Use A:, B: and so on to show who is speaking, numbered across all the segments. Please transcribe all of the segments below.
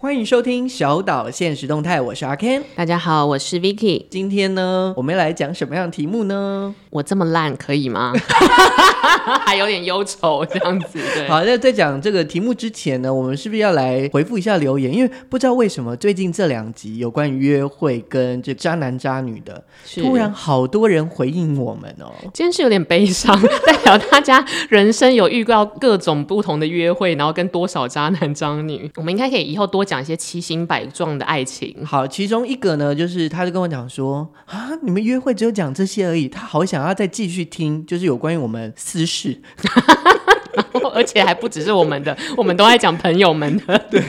A: 欢迎收听小岛现实动态，我是阿 Ken。
B: 大家好，我是 Vicky。
A: 今天呢，我们来讲什么样的题目呢？
B: 我这么烂可以 吗？还有点忧愁这样子，对。
A: 好，那在讲这个题目之前呢，我们是不是要来回复一下留言？因为不知道为什么最近这两集有关于约会跟这渣男渣女的，
B: 是
A: 突然好多人回应我们哦。
B: 今天是有点悲伤， 代表大家人生有遇到各种不同的约会，然后跟多少渣男渣女。我们应该可以以后多讲一些奇形百状的爱情。
A: 好，其中一个呢，就是他就跟我讲说啊，你们约会只有讲这些而已，他好想要再继续听，就是有关于我们私事。
B: 而且还不只是我们的，我们都在讲朋友们的，对，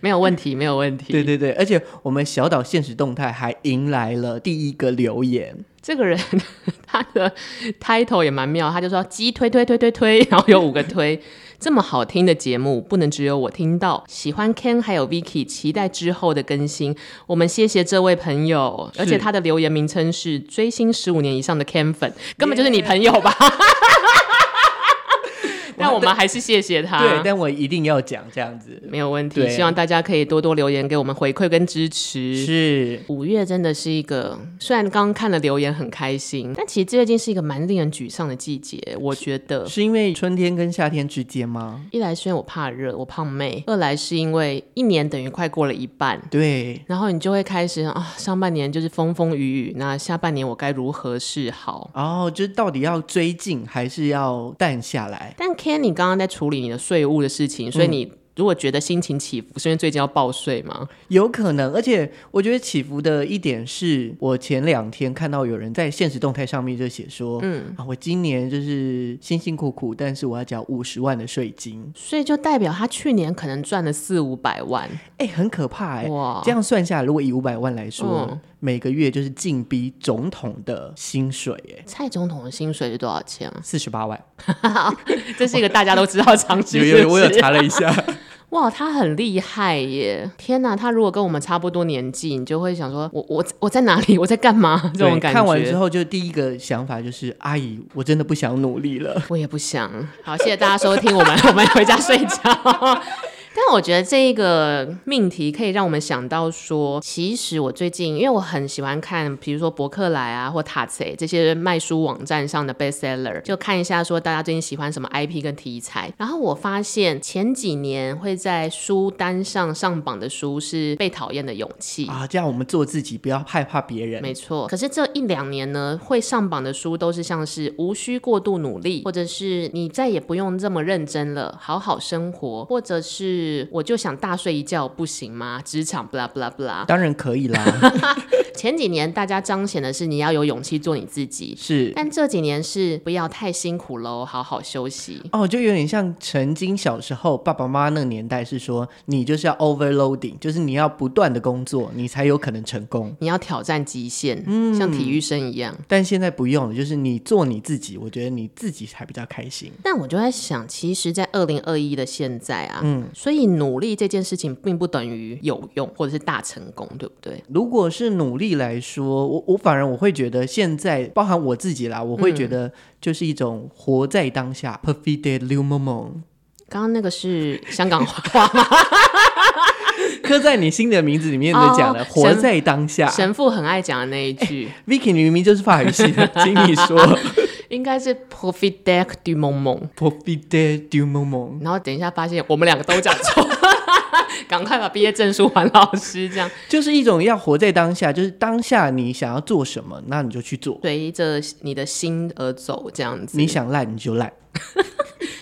B: 没有问题，没有问题。
A: 对对对，而且我们小岛现实动态还迎来了第一个留言，
B: 这个人 他的 title 也蛮妙，他就说鸡推推推推推，然后有五个推。 这么好听的节目，不能只有我听到。喜欢 Ken 还有 Vicky，期待之后的更新。我们谢谢这位朋友，
A: 是
B: 而且他的留言名称是追星十五年以上的 Ken 粉，根本就是你朋友吧？ 但我们还是谢谢他。
A: 对，但我一定要讲这样子，
B: 没有问题。
A: 对
B: 希望大家可以多多留言给我们回馈跟支持。
A: 是
B: 五月真的是一个，虽然刚刚看了留言很开心，但其实最近是一个蛮令人沮丧的季节。我觉得，
A: 是因为春天跟夏天之间吗？
B: 一来是因为我怕热，我胖妹；二来是因为一年等于快过了一半，
A: 对，
B: 然后你就会开始啊，上半年就是风风雨雨，那下半年我该如何是好？
A: 然后哦就是到底要追进还是要淡下来？
B: 但 Ken，你刚刚在处理你的税务的事情，所以你如果觉得心情起伏，是因为最近要报税吗？
A: 有可能，而且我觉得起伏的一点是，我前两天看到有人在现实动态上面就写说，嗯啊，我今年就是辛辛苦苦，但是我要缴五十万的税金，
B: 所以就代表他去年可能赚了四五百万，
A: 哎、很可怕哎、
B: 哇
A: 这！样算下来，如果以五百万来说，
B: 嗯
A: 每个月就是近逼总统的薪水，哎，
B: 蔡总统的薪水是多少钱啊？
A: 四十八万。
B: 这是一个大家都知道的常识。是不是
A: 了一 下，
B: 哇，他很厉害耶！天哪，他如果跟我们差不多年纪，你就会想说，我我我在哪里？我在干嘛？这种感觉。
A: 看完之，后，就第一个想法就是，阿姨，我真的不想努力 了。
B: 我也不想。好，谢谢大家收听，我们我们回家睡觉。但我觉得这一个命题可以让我们想到说，其实我最近因为我很喜欢看，比如说博客来啊或塔贼这些卖书网站上的 bestseller，就看一下说大家最近喜欢什么 IP 跟题材。然后我发现前几年会在书单上上榜的书是《被讨厌的勇气》
A: 啊，这样我们做自己，不要害怕别人。
B: 没错，可是这一两年呢，会上榜的书都是像是无需过度努力，或者是你再也不用这么认真了，好好生活，或者是我就想大睡一觉，不行吗？职场 blah blah blah。
A: 当然可以 啦，
B: 前几年大家彰显的是你要有勇气做你自己，
A: 是
B: 但这几年是不要太辛苦喽，好好休息。
A: 哦，就有点像曾经小时候爸爸妈妈那个年代，是说你就是要 overloading，就是你要不断的工作，你才有可能成功。
B: 你要挑战极限，像体育生一样。
A: 但现在不用了，就是你做你自己，我觉得你自己才比较开心。
B: 但我就在想，其实，在二零二一的现在啊，所以努力这件事情并不等于有用或者是大成功，对不对？
A: 如果是努力来说，我我反而我会觉得现在，包含我自己啦，我会觉得就是一种活在当下。Perfect day, l u m o m o
B: 刚刚那个是香港话吗？
A: 刻在你新的名字里面的讲的、
B: 哦
A: 活在当下。
B: 神父很爱讲的那一句，
A: Vicky 你明明就是法语系的，请你说
B: 应该是 “profit deck du mon mon”。
A: Perfect day, l u m o m o
B: 然后等一下发现我们两个都讲错， 赶快把毕业证书还老师。这样
A: 就是一种要活在当下，就是当下你想要做什么，那你就去做。
B: 随着你的心而走，这样子
A: 你。想烂你就烂，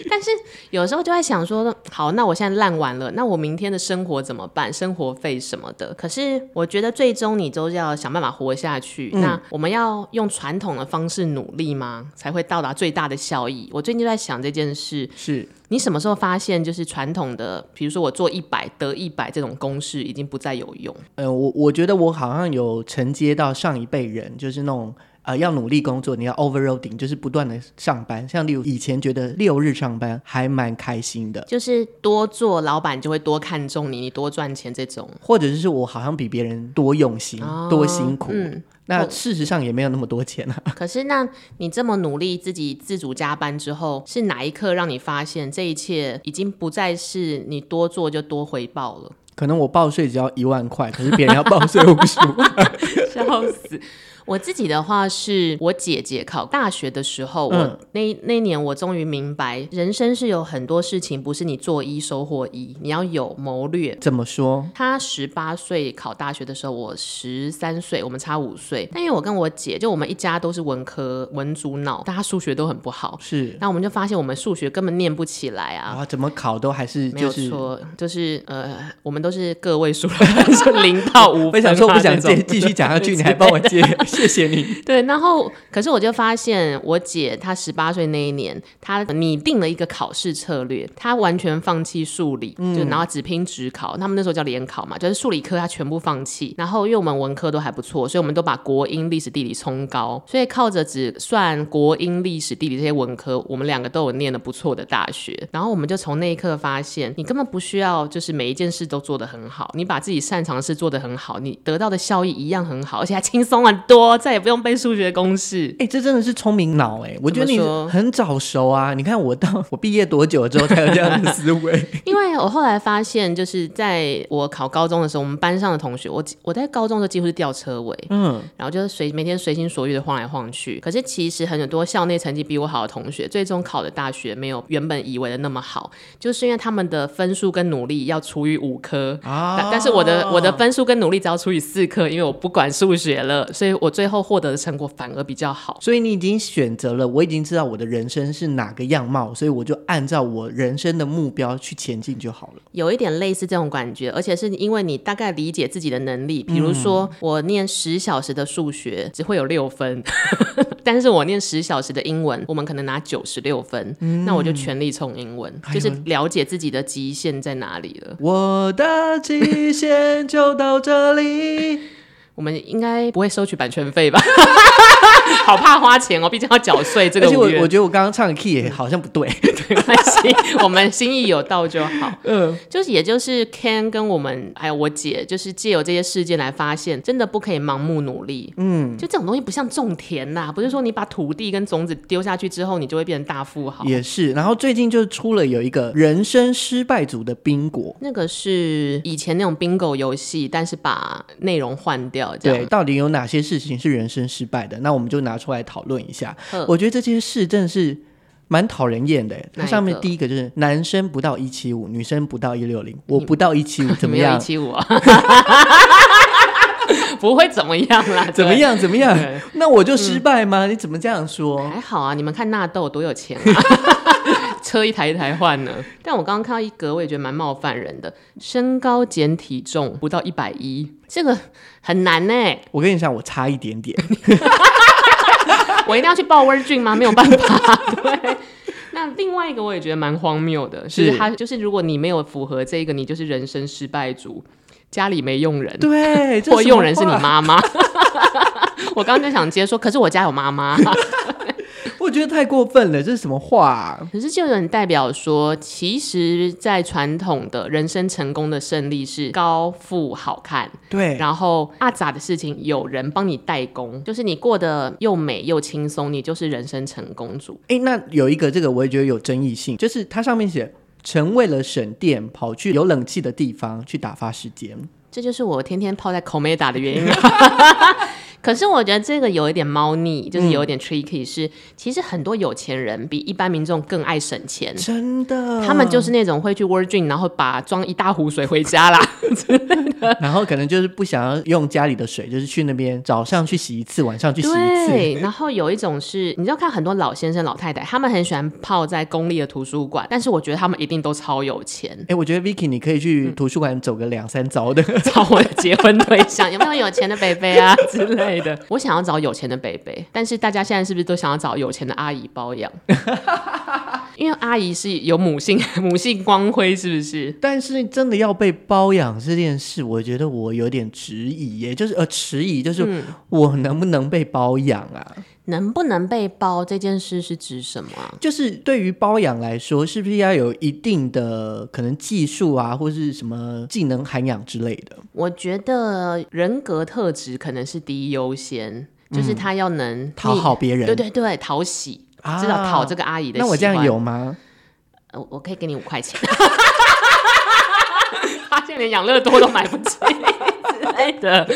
B: 但是有时候就在想说，好，那我现在烂完了，那我明天的生活怎么办？生活费什么的。可是我觉得最终你都是要想办法活下去。那我们要用传统的方式努力吗？才会到达最大的效益？我最近就在想这件事，
A: 是
B: 你什么时候发现就是传统的，比如说我做一百得一百这种公式已经不再有用？
A: 嗯，我我觉得我好像有承接到上一辈人，就是那种呃要努力工作，你要 overloading，就是不断的上班。像例如以前觉得六日上班还蛮开心的，
B: 就是多做，老板就会多看重你，你多赚钱这种。
A: 或者是我好像比别人多用心、多辛苦。
B: 嗯
A: 那事实上也没有那么多钱啊，
B: 可是，那你这么努力自己自主加班之后，是哪一刻让你发现这一切已经不再是你多做就多回报了？
A: 可能我报税只要一万块，可是别人要报税五十万。
B: 笑死！ 我自己的话是我姐姐考大学的时候，我
A: 嗯
B: 那那年我终于明白，人生是有很多事情不是你做一收获一，你要有谋略。
A: 怎么说？
B: 她十八岁考大学的时候，我十三岁，我们差五岁。但因为我跟我姐，就我们一家都是文科文组脑，大家数学都很不好，
A: 是
B: 那我们就发现我们数学根本念不起来啊。
A: 啊，怎么考都还是
B: 没有
A: 就是。
B: 错，就是呃，我们都是个位数， 就零到五。
A: 我想说，不想
B: 接
A: 接继续讲 下去，你还帮我接，谢谢你。
B: 对，然后可是我就发现，我姐她十八岁那一年，她拟定了一个考试策略，她完全放弃数理，就
A: 嗯
B: 然后只拼职考。他们那时候叫联考嘛，就是数理科她全部放弃。然后因为我们文科都还不错，所以我们都把国英、历史、地理冲高，所以靠着只算国英、历史、地理这些文科，我们两个都有念的不错的大学。然后我们就从那一刻发现，你根本不需要就是每一件事都做得很好，你把自己擅长的事做得很好，你得到的效益一样很好，而且还轻松很多，再也不用背数学公式。
A: 哎、这真的是聪明脑哎、我觉得
B: 怎么
A: 你
B: 说
A: 很早熟啊。你看我到我毕业多久之后才有这样的思维？
B: 因为我后来发现，就是在我考高中的时候，我们班上的同学，我我在高中的时候几乎是吊车尾，
A: 嗯，
B: 然后就是随每天随心所欲的晃来晃去。可是其实很多校内成绩比我好的同学，最终考的大学没有原本以为的那么好，就是因为他们的分数跟努力要除以五科。
A: 啊
B: 但但是我的我的分数跟努力只要除以四科，因为我不管数学了，所以我最后获得的成果反而比较好。
A: 所以你已经选择了，我已经知道我的人生是哪个样貌，所以我就按照我人生的目标去前进就好了。
B: 有一点类似这种感觉，而且是因为你大概理解自己的能
A: 嗯
B: 力，比如说我念十小时的数学只会有六分， 但是我念十小时的英文，我们可能拿九十六分，
A: 嗯
B: 那我就全力冲英文，
A: 哎
B: 就是了解自己的极限在哪里了。
A: 我的极限就到这里。
B: 我们应该不会收取版权费吧？ 好怕花钱哦，毕竟要缴税。 这
A: 而
B: 个
A: 且
B: 五
A: 我
B: 月
A: 我觉得我刚刚唱的 key 也好像不对。
B: 没关系，我们心意有到就好。嗯，就是也就是 Ken 跟我们还有我姐，就是借由这些事件来发现，真的不可以盲目努力。嗯，就这种东西不像种田呐、不是说你把土地跟种子丢下去之后，你就会变成大富豪。
A: 也是，然后最近就出了有一个人生失败组的宾果，
B: 那个是以前那种 bingo 游戏，但是把内容换掉这
A: 对，
B: 样。
A: 到底有哪些事情是人生失败的？那我们就拿出来讨论一下
B: 嗯。
A: 我觉得这些事真的是蛮讨人厌的。
B: 哪
A: 它
B: 一
A: 上面
B: 个
A: 第一个就是男生不到一七五，女生不到一六零，我不到一 七五，怎么
B: 一
A: 样？
B: 七五啊？ 不会怎么样啦，
A: 怎么
B: 对？
A: 样？怎么样
B: 对？嗯
A: 那我就失败吗？你怎么这样说？
B: 还好啊，你们看纳豆多有钱啊， 车一台一台换呢。但我刚刚看到一格，我也觉得蛮冒犯人的，身高减体重不到一百一，这个很难呢、
A: 我跟你讲，我差一点 点。
B: 我一定要去报威尔郡吗？没有办法， 对。那另外一个我也觉得蛮荒谬的，是
A: 是
B: 他就是如果你没有符合这个，你就是人生失败组，家里没用人，
A: 对，这
B: 或
A: 什
B: 用
A: 么
B: 人是你
A: 话？
B: 妈妈。 我刚刚就想接说，可是我家有妈妈。
A: 我觉得太过分了，这是什么话啊？
B: 可是就有人代表说，其实，在传统的人生成功的胜利是高富好看，
A: 对，
B: 然后阿杂的事情有人帮你代工，就是你过得又美又轻松，你就是人生成功主。
A: 哎，那有一个这个我也觉得有争议性，就是它上面写。曾为了省电，跑去有冷气的地方去打发时间。
B: 这就是我天天泡在 Comeda 的原因。可是我觉得这个有一点猫腻，就是有一点 tricky，是、其实很多有钱人比一般民众更爱省钱。
A: 真的，
B: 他们 就是那种会去 Virgin，然后把装一大壶水回家啦，
A: 然后可能就是不想要用家里的水，就是去那边早上去洗一次，晚上去洗一次。。
B: 对，然后有一种是，你知道看很多老先生、老太太，他们很喜欢泡在公立的图书馆，但是我觉得他们一定都超有钱
A: 哎，我觉得 Vicky，你可以
B: 嗯
A: 去图书馆走个两三遭的。
B: 找我的结婚对象有没有有钱的北北啊之类的？ 我想要找有钱的北北，但是大家现在是不是都想要找有钱的阿姨包养？ 因为阿姨是有母性母性光辉，是不是？
A: 但是真的要被包养这件事，我觉得我有点质疑耶，就是呃迟疑，
B: 嗯
A: 就是我能不能被包养啊？
B: 能不能被包这件事是指什么啊？
A: 就是对于包养来说，是不是要有一定的可能技术啊，或是什么技能涵养之类的？
B: 我觉得人格特质可能是第一优先，就是他要能
A: 嗯讨
B: 你
A: 好别人，
B: 对对对，讨喜，
A: 啊
B: 至少讨这个阿姨的喜
A: 那
B: 欢。
A: 我这样有吗？
B: 呃，我可以给你五块钱。 发现连养乐多都买不起之类的，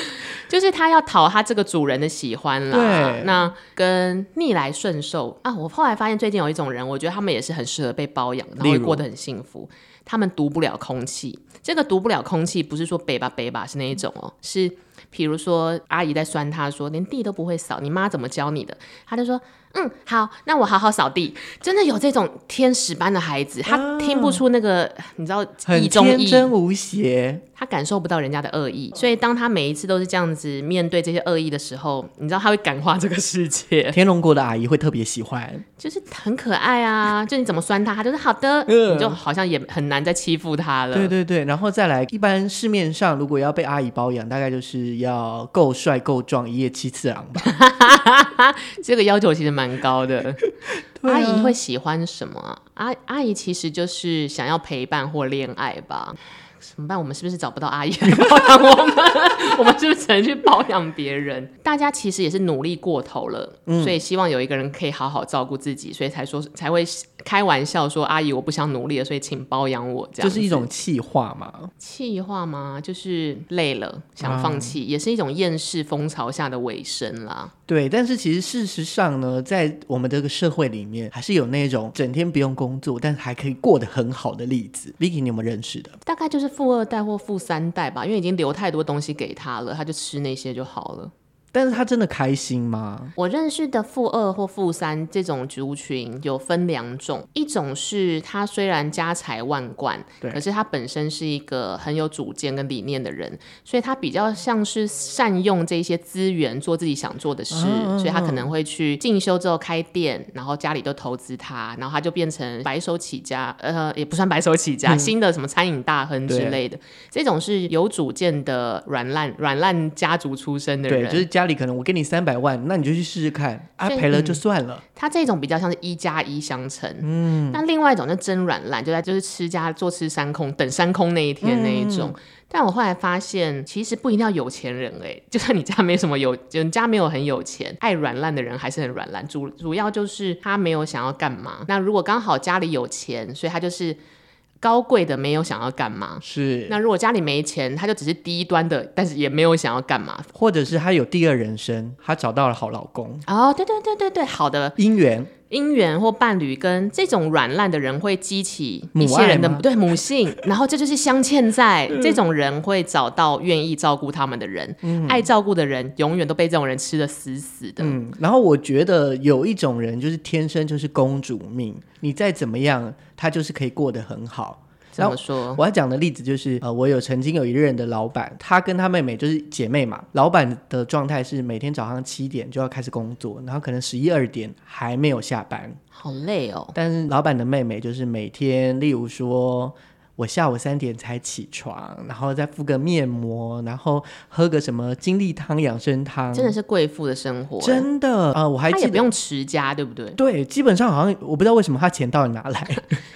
B: 就是他要讨他这个主人的喜欢啦。
A: 对
B: 那跟逆来顺受啊，我后来发现最近有一种人，我觉得他们也是很适合被包养，然后
A: 例
B: 会
A: 如
B: 过得很幸福。他们读不了空气，这个读不了空气不是说北吧北吧是那一种哦，是比如说阿姨在酸他说连地都不会扫，你妈怎么教你的？他就说。嗯，好，那我好好扫地。真的有这种天使般的孩子，他听不出那个，你知道
A: 啊很
B: 意中
A: 天
B: 意，
A: 真无邪，
B: 他感受不到人家的恶意，所以当他每一次都是这样子面对这些恶意的时候，你知道他会感化这个 世界，
A: 天龙国的阿姨会特别喜欢。
B: 就是很可爱啊。就你怎么酸他，他就是好的，
A: 嗯
B: 你就好像也很难再欺负他了。
A: 对对对，然后再来，一般市面上如果要被阿姨包养，大概就是要够帅够壮，一夜七次郎吧。
B: 这个要求其实蛮高的。
A: 对啊
B: 阿姨会喜欢什么啊？阿阿姨其实就是想要陪伴或恋爱吧。怎么办？我们是不是找不到阿姨 来包养我们？我们是不是只能去包养别人？大家其实也是努力过头了，
A: 嗯
B: 所以希望有一个人可以好好照顾自己，所以才说才会开玩笑说：“阿姨，我不想努力了，所以请包养我。”这
A: 就
B: 样
A: 是一
B: 子
A: 种气话嘛。
B: 气话吗？就是累了想放
A: 啊
B: 弃，也是一种厌世风潮下的尾声啦。
A: 对，但是其实事实上呢，在我们这个社会里面，还是有那种整天不用工作，但还可以过得很好的例子。Vicky，你有没有认识的？
B: 大概就是富二代或富三代吧，因为已经留太多东西给他了，他就吃那些就好了。
A: 但是他真的开心吗？
B: 我认识的富二或富三这种族群有分两种，一种是他虽然家财万贯，
A: 对
B: 可是他本身是一个很有主见跟理念的人，所以他比较像是善用这些资源做自己想做的事，
A: 嗯嗯
B: 所以他可能会去进修之后开店，然后家里都投资他，然后他就变成白手起家，呃，也不算白手起家，新的什么餐饮大亨
A: 嗯
B: 之
A: 对
B: 类的，这种是有主见的软烂软烂家族出身的
A: 对，
B: 人，
A: 就是家里可能我给你三百万，那你就去试试看啊，
B: 所以嗯
A: 赔了就算了。
B: 它这种比较像是一加一相乘，嗯，那另外一种就真软烂，就在就是吃家坐吃山空，等山空那一天那一种。但我后来发现，其实不一定要有钱人哎、 就算你家没什么有，就你家没有很有钱，爱软烂的人还是很软烂。主主要就是他没有想要干嘛。那如果刚好家里有钱，所以他就是高贵的没有想要干嘛。
A: 是，
B: 那如果家里没钱，他就只是低端的，但是也没有想要干嘛。
A: 或者是她有第二人生，她找到了好老公，
B: 哦，对对对对对，好的，
A: 姻缘
B: 姻缘或伴侣跟这种软烂的人会激起一
A: 母
B: 些
A: 爱
B: 人的
A: 吗
B: 对母性，然后这就是镶嵌在这种人会找到愿意照顾他们的人，爱照顾的人永远都被这种人吃的死死的。
A: 嗯，然后我觉得有一种人就是天生就是公主命，你再怎么样，她就是可以过得很好。
B: 怎
A: 然
B: 么
A: 后
B: 说？
A: 我要讲的例子就是，呃，我有曾经有一任的老板，她跟她妹妹就是姐妹嘛，老板的状态是每天早上七点就要开始工作，然后可能十一二点还没有下班，
B: 好累哦，
A: 但是老板的妹妹就是每天，例如说。我下午三点才起床，然后再敷个面膜，然后喝个什么精力汤、养生汤，
B: 真的是欸贵妇的生活。
A: 真的啊、呃我还
B: 他
A: 记
B: 也
A: 得
B: 不用持家，对不对？
A: 对，基本上好像我不知道为什么他钱到底哪来，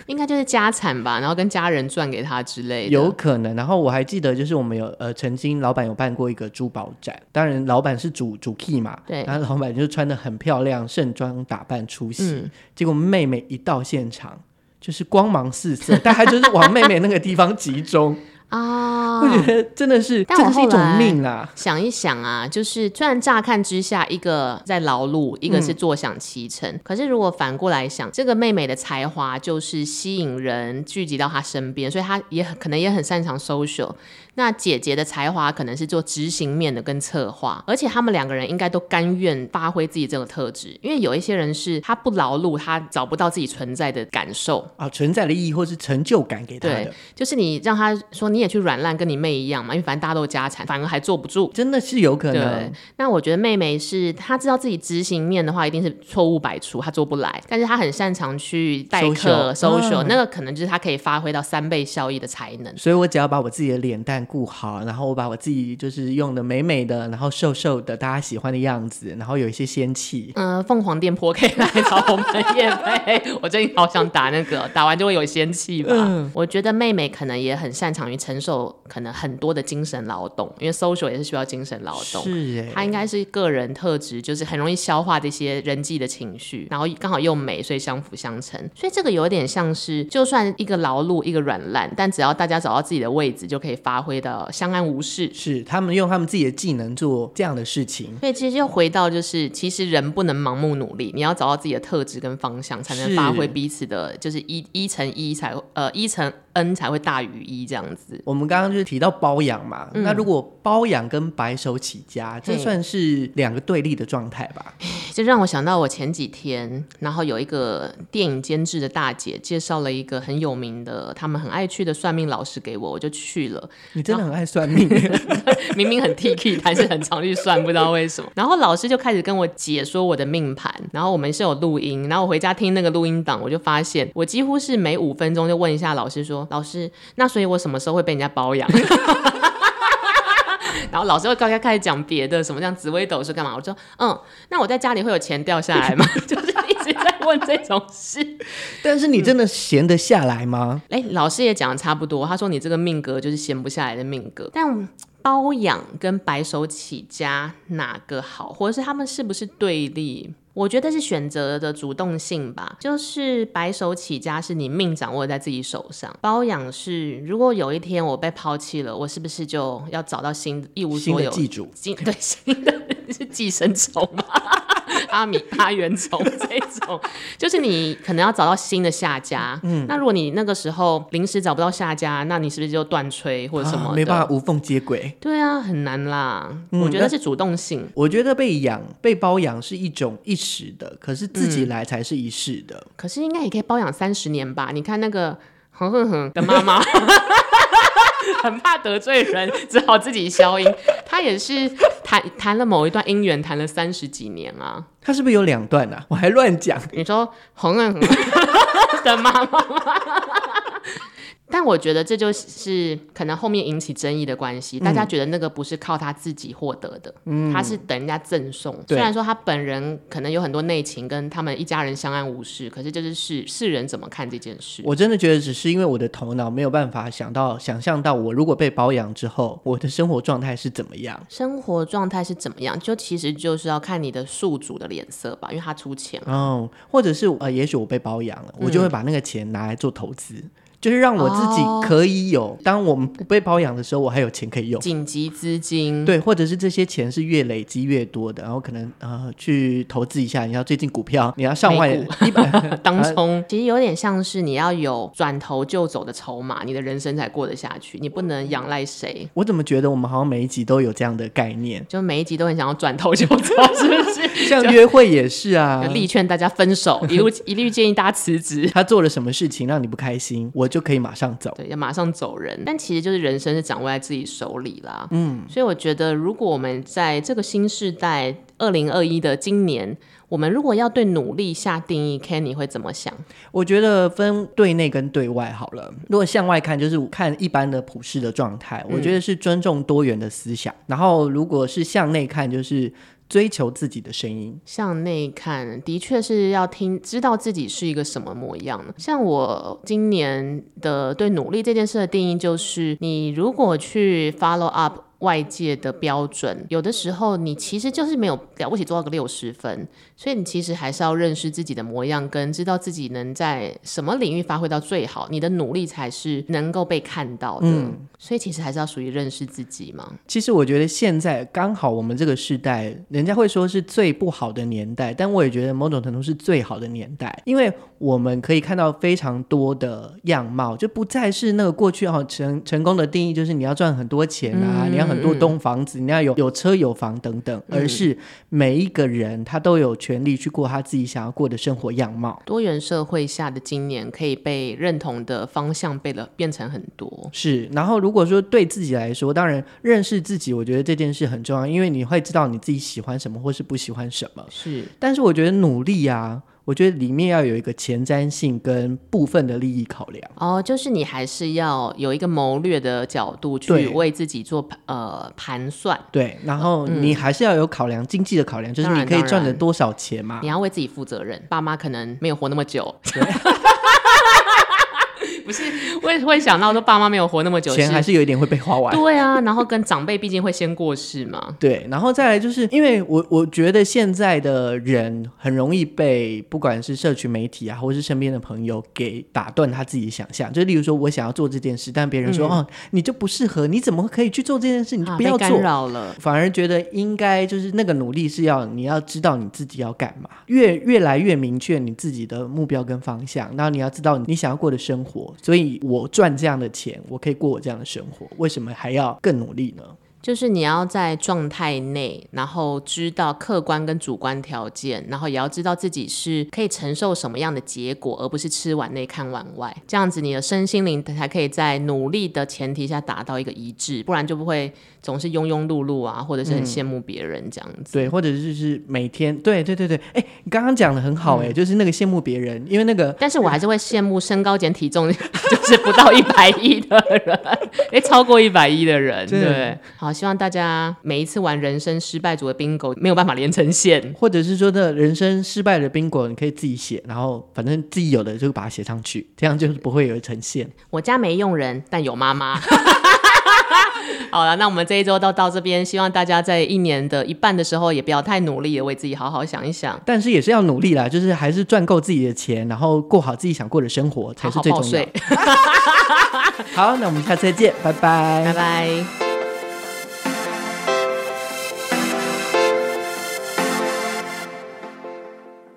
B: 应该就是家产吧，然后跟家人赚给他之类的。
A: 有可能。然后我还记得，就是我们有呃，曾经老板有办过一个珠宝展，当然老板是主主 key 嘛，
B: 对
A: 然后老板就穿的很漂亮，盛装打扮出席。
B: 嗯
A: 结果妹妹一到现场，就是光芒四射，大家就是往妹妹那个地方集 中。
B: 啊，
A: 我觉得真的是，
B: 但
A: 这
B: 我
A: 个是一
B: 后
A: 种
B: 来
A: 命啊。
B: 想一想啊，就是虽然乍看之下，一个在劳碌，
A: 嗯
B: 一个是坐享其成，可是如果反过来想，这个妹妹的才华就是吸引人聚集到她身边，所以她也很可能也很擅长 social。那姐姐的才华可能是做执行面的跟策划，而且他们两个人应该都甘愿发挥自己这个特质，因为有一些人是他不劳碌，他找不到自己存在的感受，
A: 啊，存在的意义或是成就感给他
B: 对
A: 的，，
B: 就是你让他说你也去软烂，跟你妹一样嘛，因为反正大家都有家产，反而还坐不住。
A: 真的是有可
B: 对
A: 能。，
B: 那我觉得妹妹是她知道自己执行面的话，一定是错误百出，她做不来。但是她很擅长去代课、
A: Social，
B: social，、
A: 嗯
B: 那个可能就是她可以发挥到三倍效益的才能。
A: 所以我只要把我自己的脸蛋顾好，然后我把我自己就是用的美美的，然后瘦瘦的，大家喜欢的样子，然后有一些仙气。
B: 嗯、凤凰电波可以来找我们叶
A: 嗯
B: 飞，我最近好想打那个，打完就会有仙气吧。我觉得妹妹可能也很擅长于承受可能很多的精神劳动，因为 social 也是需要精神劳动。
A: 是哎、
B: 她应该是个人特质，就是很容易消化这些人际的情绪，然后刚好又美，所以相辅相成。所以这个有点像是，就算一个劳碌，一个软烂，但只要大家找到自己的位置，就可以发挥的相安无事。
A: 是他们用他们自己的技能做这样的事情，
B: 所以其实又回到，就是其实人不能盲目努力，你要找到自己的特质跟方向，才能
A: 是
B: 发挥彼此的，就是一一乘一才呃一乘 n 才会大于一这样子。
A: 我们刚刚就是提到包养嘛，那如果包养跟白手起家，这
B: 嘿
A: 算是两个对立的状态吧？
B: 就让我想到我前几天，然后有一个电影监制的大姐介绍了一个很有名的，他们很爱去的算命老师给我，我就去了。
A: 你真的很爱算命，
B: 明明很 T K，但是很常去算，不知道为什么。然后老师就开始跟我解说我的命盘，然后我们是有录音，然后我回家听那个录音档，我就发现我几乎是每五分钟就问一下老师说：“老师，那所以我什么时候会被人家包养？” 然后老师会刚刚开始讲别的，什么像紫微斗数干嘛？我说，嗯，那我在家里会有钱掉下来吗？ 就是一直在问这种事。
A: 但是你真的闲得下来吗？
B: 哎，老师也讲的差不多，他说你这个命格就是闲不下来的命格，但。包养跟白手起家哪个好，或者是他们是不是对立？我觉得是选择的主动性吧。就是白手起家是你命掌握在自己手上，包养是如果有一天我被抛弃了，我是不是就要找到新一无
A: 新
B: 所
A: 的
B: 有
A: 记主，
B: 寄 对新的是寄生虫吗？ 阿米巴原虫这种，就是你可能要找到新的下家。嗯，那如果你那个时候临时找不到下家，那你是不是就断吹或者什么、
A: 啊没办
B: 法。
A: 法无缝接轨。
B: 对啊，很难啦。
A: 嗯
B: 我觉
A: 那
B: 得是主动性。
A: 我觉得被养、被包养是一种一时的，可是自
B: 嗯
A: 己来才是一世的。
B: 可是应该也可以包养三十年吧？你看那个哼哼哼的妈 妈，很怕得罪人，只好自己消音。她也是谈谈了某一段姻缘，谈了三十几年啊。
A: 它是不是有两段啊？ 我还乱 讲。
B: 你说红人 的妈妈吗。但我觉得这就是可能后面引起争议的关系，大家觉得那个不是靠他自己获得的，他是等人家赠送。
A: 对
B: 虽然说他本人可能有很多内情，跟他们一家人相安无事，可是就是世世人怎么看这件事？
A: 我真的觉得只是因为我的头脑没有办法想到、想象到我如果被包养之后，我的生活状态是怎么样。
B: 生活状态是怎么样？就其实就是要看你的宿主的脸色吧，因为他出钱。
A: 哦，或者是呃，也许我被包养了，
B: 嗯
A: 我就会把那个钱拿来做投资，就是让我自
B: 哦嗯
A: 己可以有，当我们不被包养的时候，我还有钱可以用。
B: 紧急资金，
A: 对，或者是这些钱是越累积越多的，然后可能呃去投资一下，你要最近股票你要上万
B: 美
A: 一百
B: 当冲，呃其实有点像是你要有转头就走的筹码，你的人生才过得下去，你不能仰赖谁。
A: 我怎么觉得我们好像每一集都有这样的概 念，
B: 就每一集都很想要转头就走， 是不是？
A: 像约会也是啊
B: 就。力劝大家分手，一路 一律建议大家辞职，
A: 他做了什么事情让你不开心，我就可以马上走。
B: 对，要马上走人。但其实就是人生是掌握在自己手里啦。嗯，所以我觉得，如果我们在这个新时代，二零二一的今年，我们如果要对努力下定义，Kenny 会怎么想？
A: 我觉得分对内跟对外好了。如果向外看，就是看一般的普世的状态，我觉得是尊重多元的思想。然后如果是向内看，就是追求自己的声音。
B: 向内看，的确是要听，知道自己是一个什么模样呢。像我今年的对努力这件事的定义，就是你如果去 follow up 外界的标准，有的时候你其实就是没有了不起做到个六十分，所以你其实还是要认识自己的模样，跟知道自己能在什么领域发挥到最好，你的努力才是能够被看到的。所以其实还是要属于认识自己嘛。
A: 其实我觉得现在刚好我们这个时代，人家会说是最不好的年代，但我也觉得某种程度是最好的年代，因为我们可以看到非常多的样貌，就不再是那个过去哦成成功的定义就是你要赚很多钱啊，你要很多栋房子，你要有有车有房等等，而是每一个人他都有权利去过他自己想要过的生活样貌。
B: 多元社会下的今年可以被认同的方向被了变成很多。
A: 是，然后如果说对自己来说，当然认识自己，我觉得这件事很重要，因为你会知道你自己喜欢什么或是不喜欢什么。
B: 是，
A: 但是我觉得努力啊，我觉得里面要有一个前瞻性跟部分的利益考量。
B: 哦，就是你还是要有一个谋略的角度去
A: 对
B: 为自己做盘呃盘算，
A: 对，然后你还是要有考量、经济的考量，就是
B: 嗯当
A: 你
B: 然
A: 可以
B: 当
A: 赚了
B: 然
A: 多少钱嘛
B: 你。要为自己负责任。爸妈可能没有活那么久， 不是会会想到说爸妈没有活那么久，
A: 钱还
B: 是
A: 是有一点会被花完。
B: 对啊，然后跟长辈毕竟会先过世嘛，
A: 对，然后再来就是因为我我觉得现在的人很容易被不管是社群媒体啊，或是身边的朋友给打断他自己的想象。就例如说我想要做这件事，但别人说、哦你就不适合，你怎么可以去做这件事？你就
B: 嗯啊
A: 不要
B: 被
A: 做
B: 干。扰了。
A: 反而觉得应该就是那个努力是要你要知道你自己要干嘛，越越来越明确你自己的目标跟方向，然后你要知道你想要过的生活。所以我赚这样的钱，我可以过我这样的生活，为什么还要更努力呢？
B: 就是你要在状态内，然后知道客观跟主观条件，然后也要知道自己是可以承受什么样的结果，而不是吃碗内看碗外。这样子，你的身心灵才可以在努力的前提下达到一个一致，不然就不会总是庸庸碌碌啊，或者
A: 嗯
B: 是很羡慕别人这样子。
A: 对，或者就是每天，对对对对，哎、你刚刚讲的很好、哎、就是那个羡慕别人，因为那个
B: 但是我还是会羡慕身高减体重 就是不到一百一的人，哎、超过一百一的人，
A: 真的
B: 对。好，希望大家每一次玩人生失败组的 bingo 没有办法连成线。
A: 或者是说的人生失败的宾果，你可以自己写，然后反正自己有的就把它写上去，这样就是不会有呈现。
B: 我家没佣人，但有 妈妈。好了，那我们这一周到到这边，希望大家在一年的一半的时候也不要太努力了，为自己好好想一想，
A: 但是也是要努力啦，就是还是赚够自己的钱，然后过好自己想过的生活才
B: 好
A: 是
B: 好
A: 最
B: 报
A: 重要
B: 税
A: 的。。好，那我们下次再见，拜拜
B: 拜拜。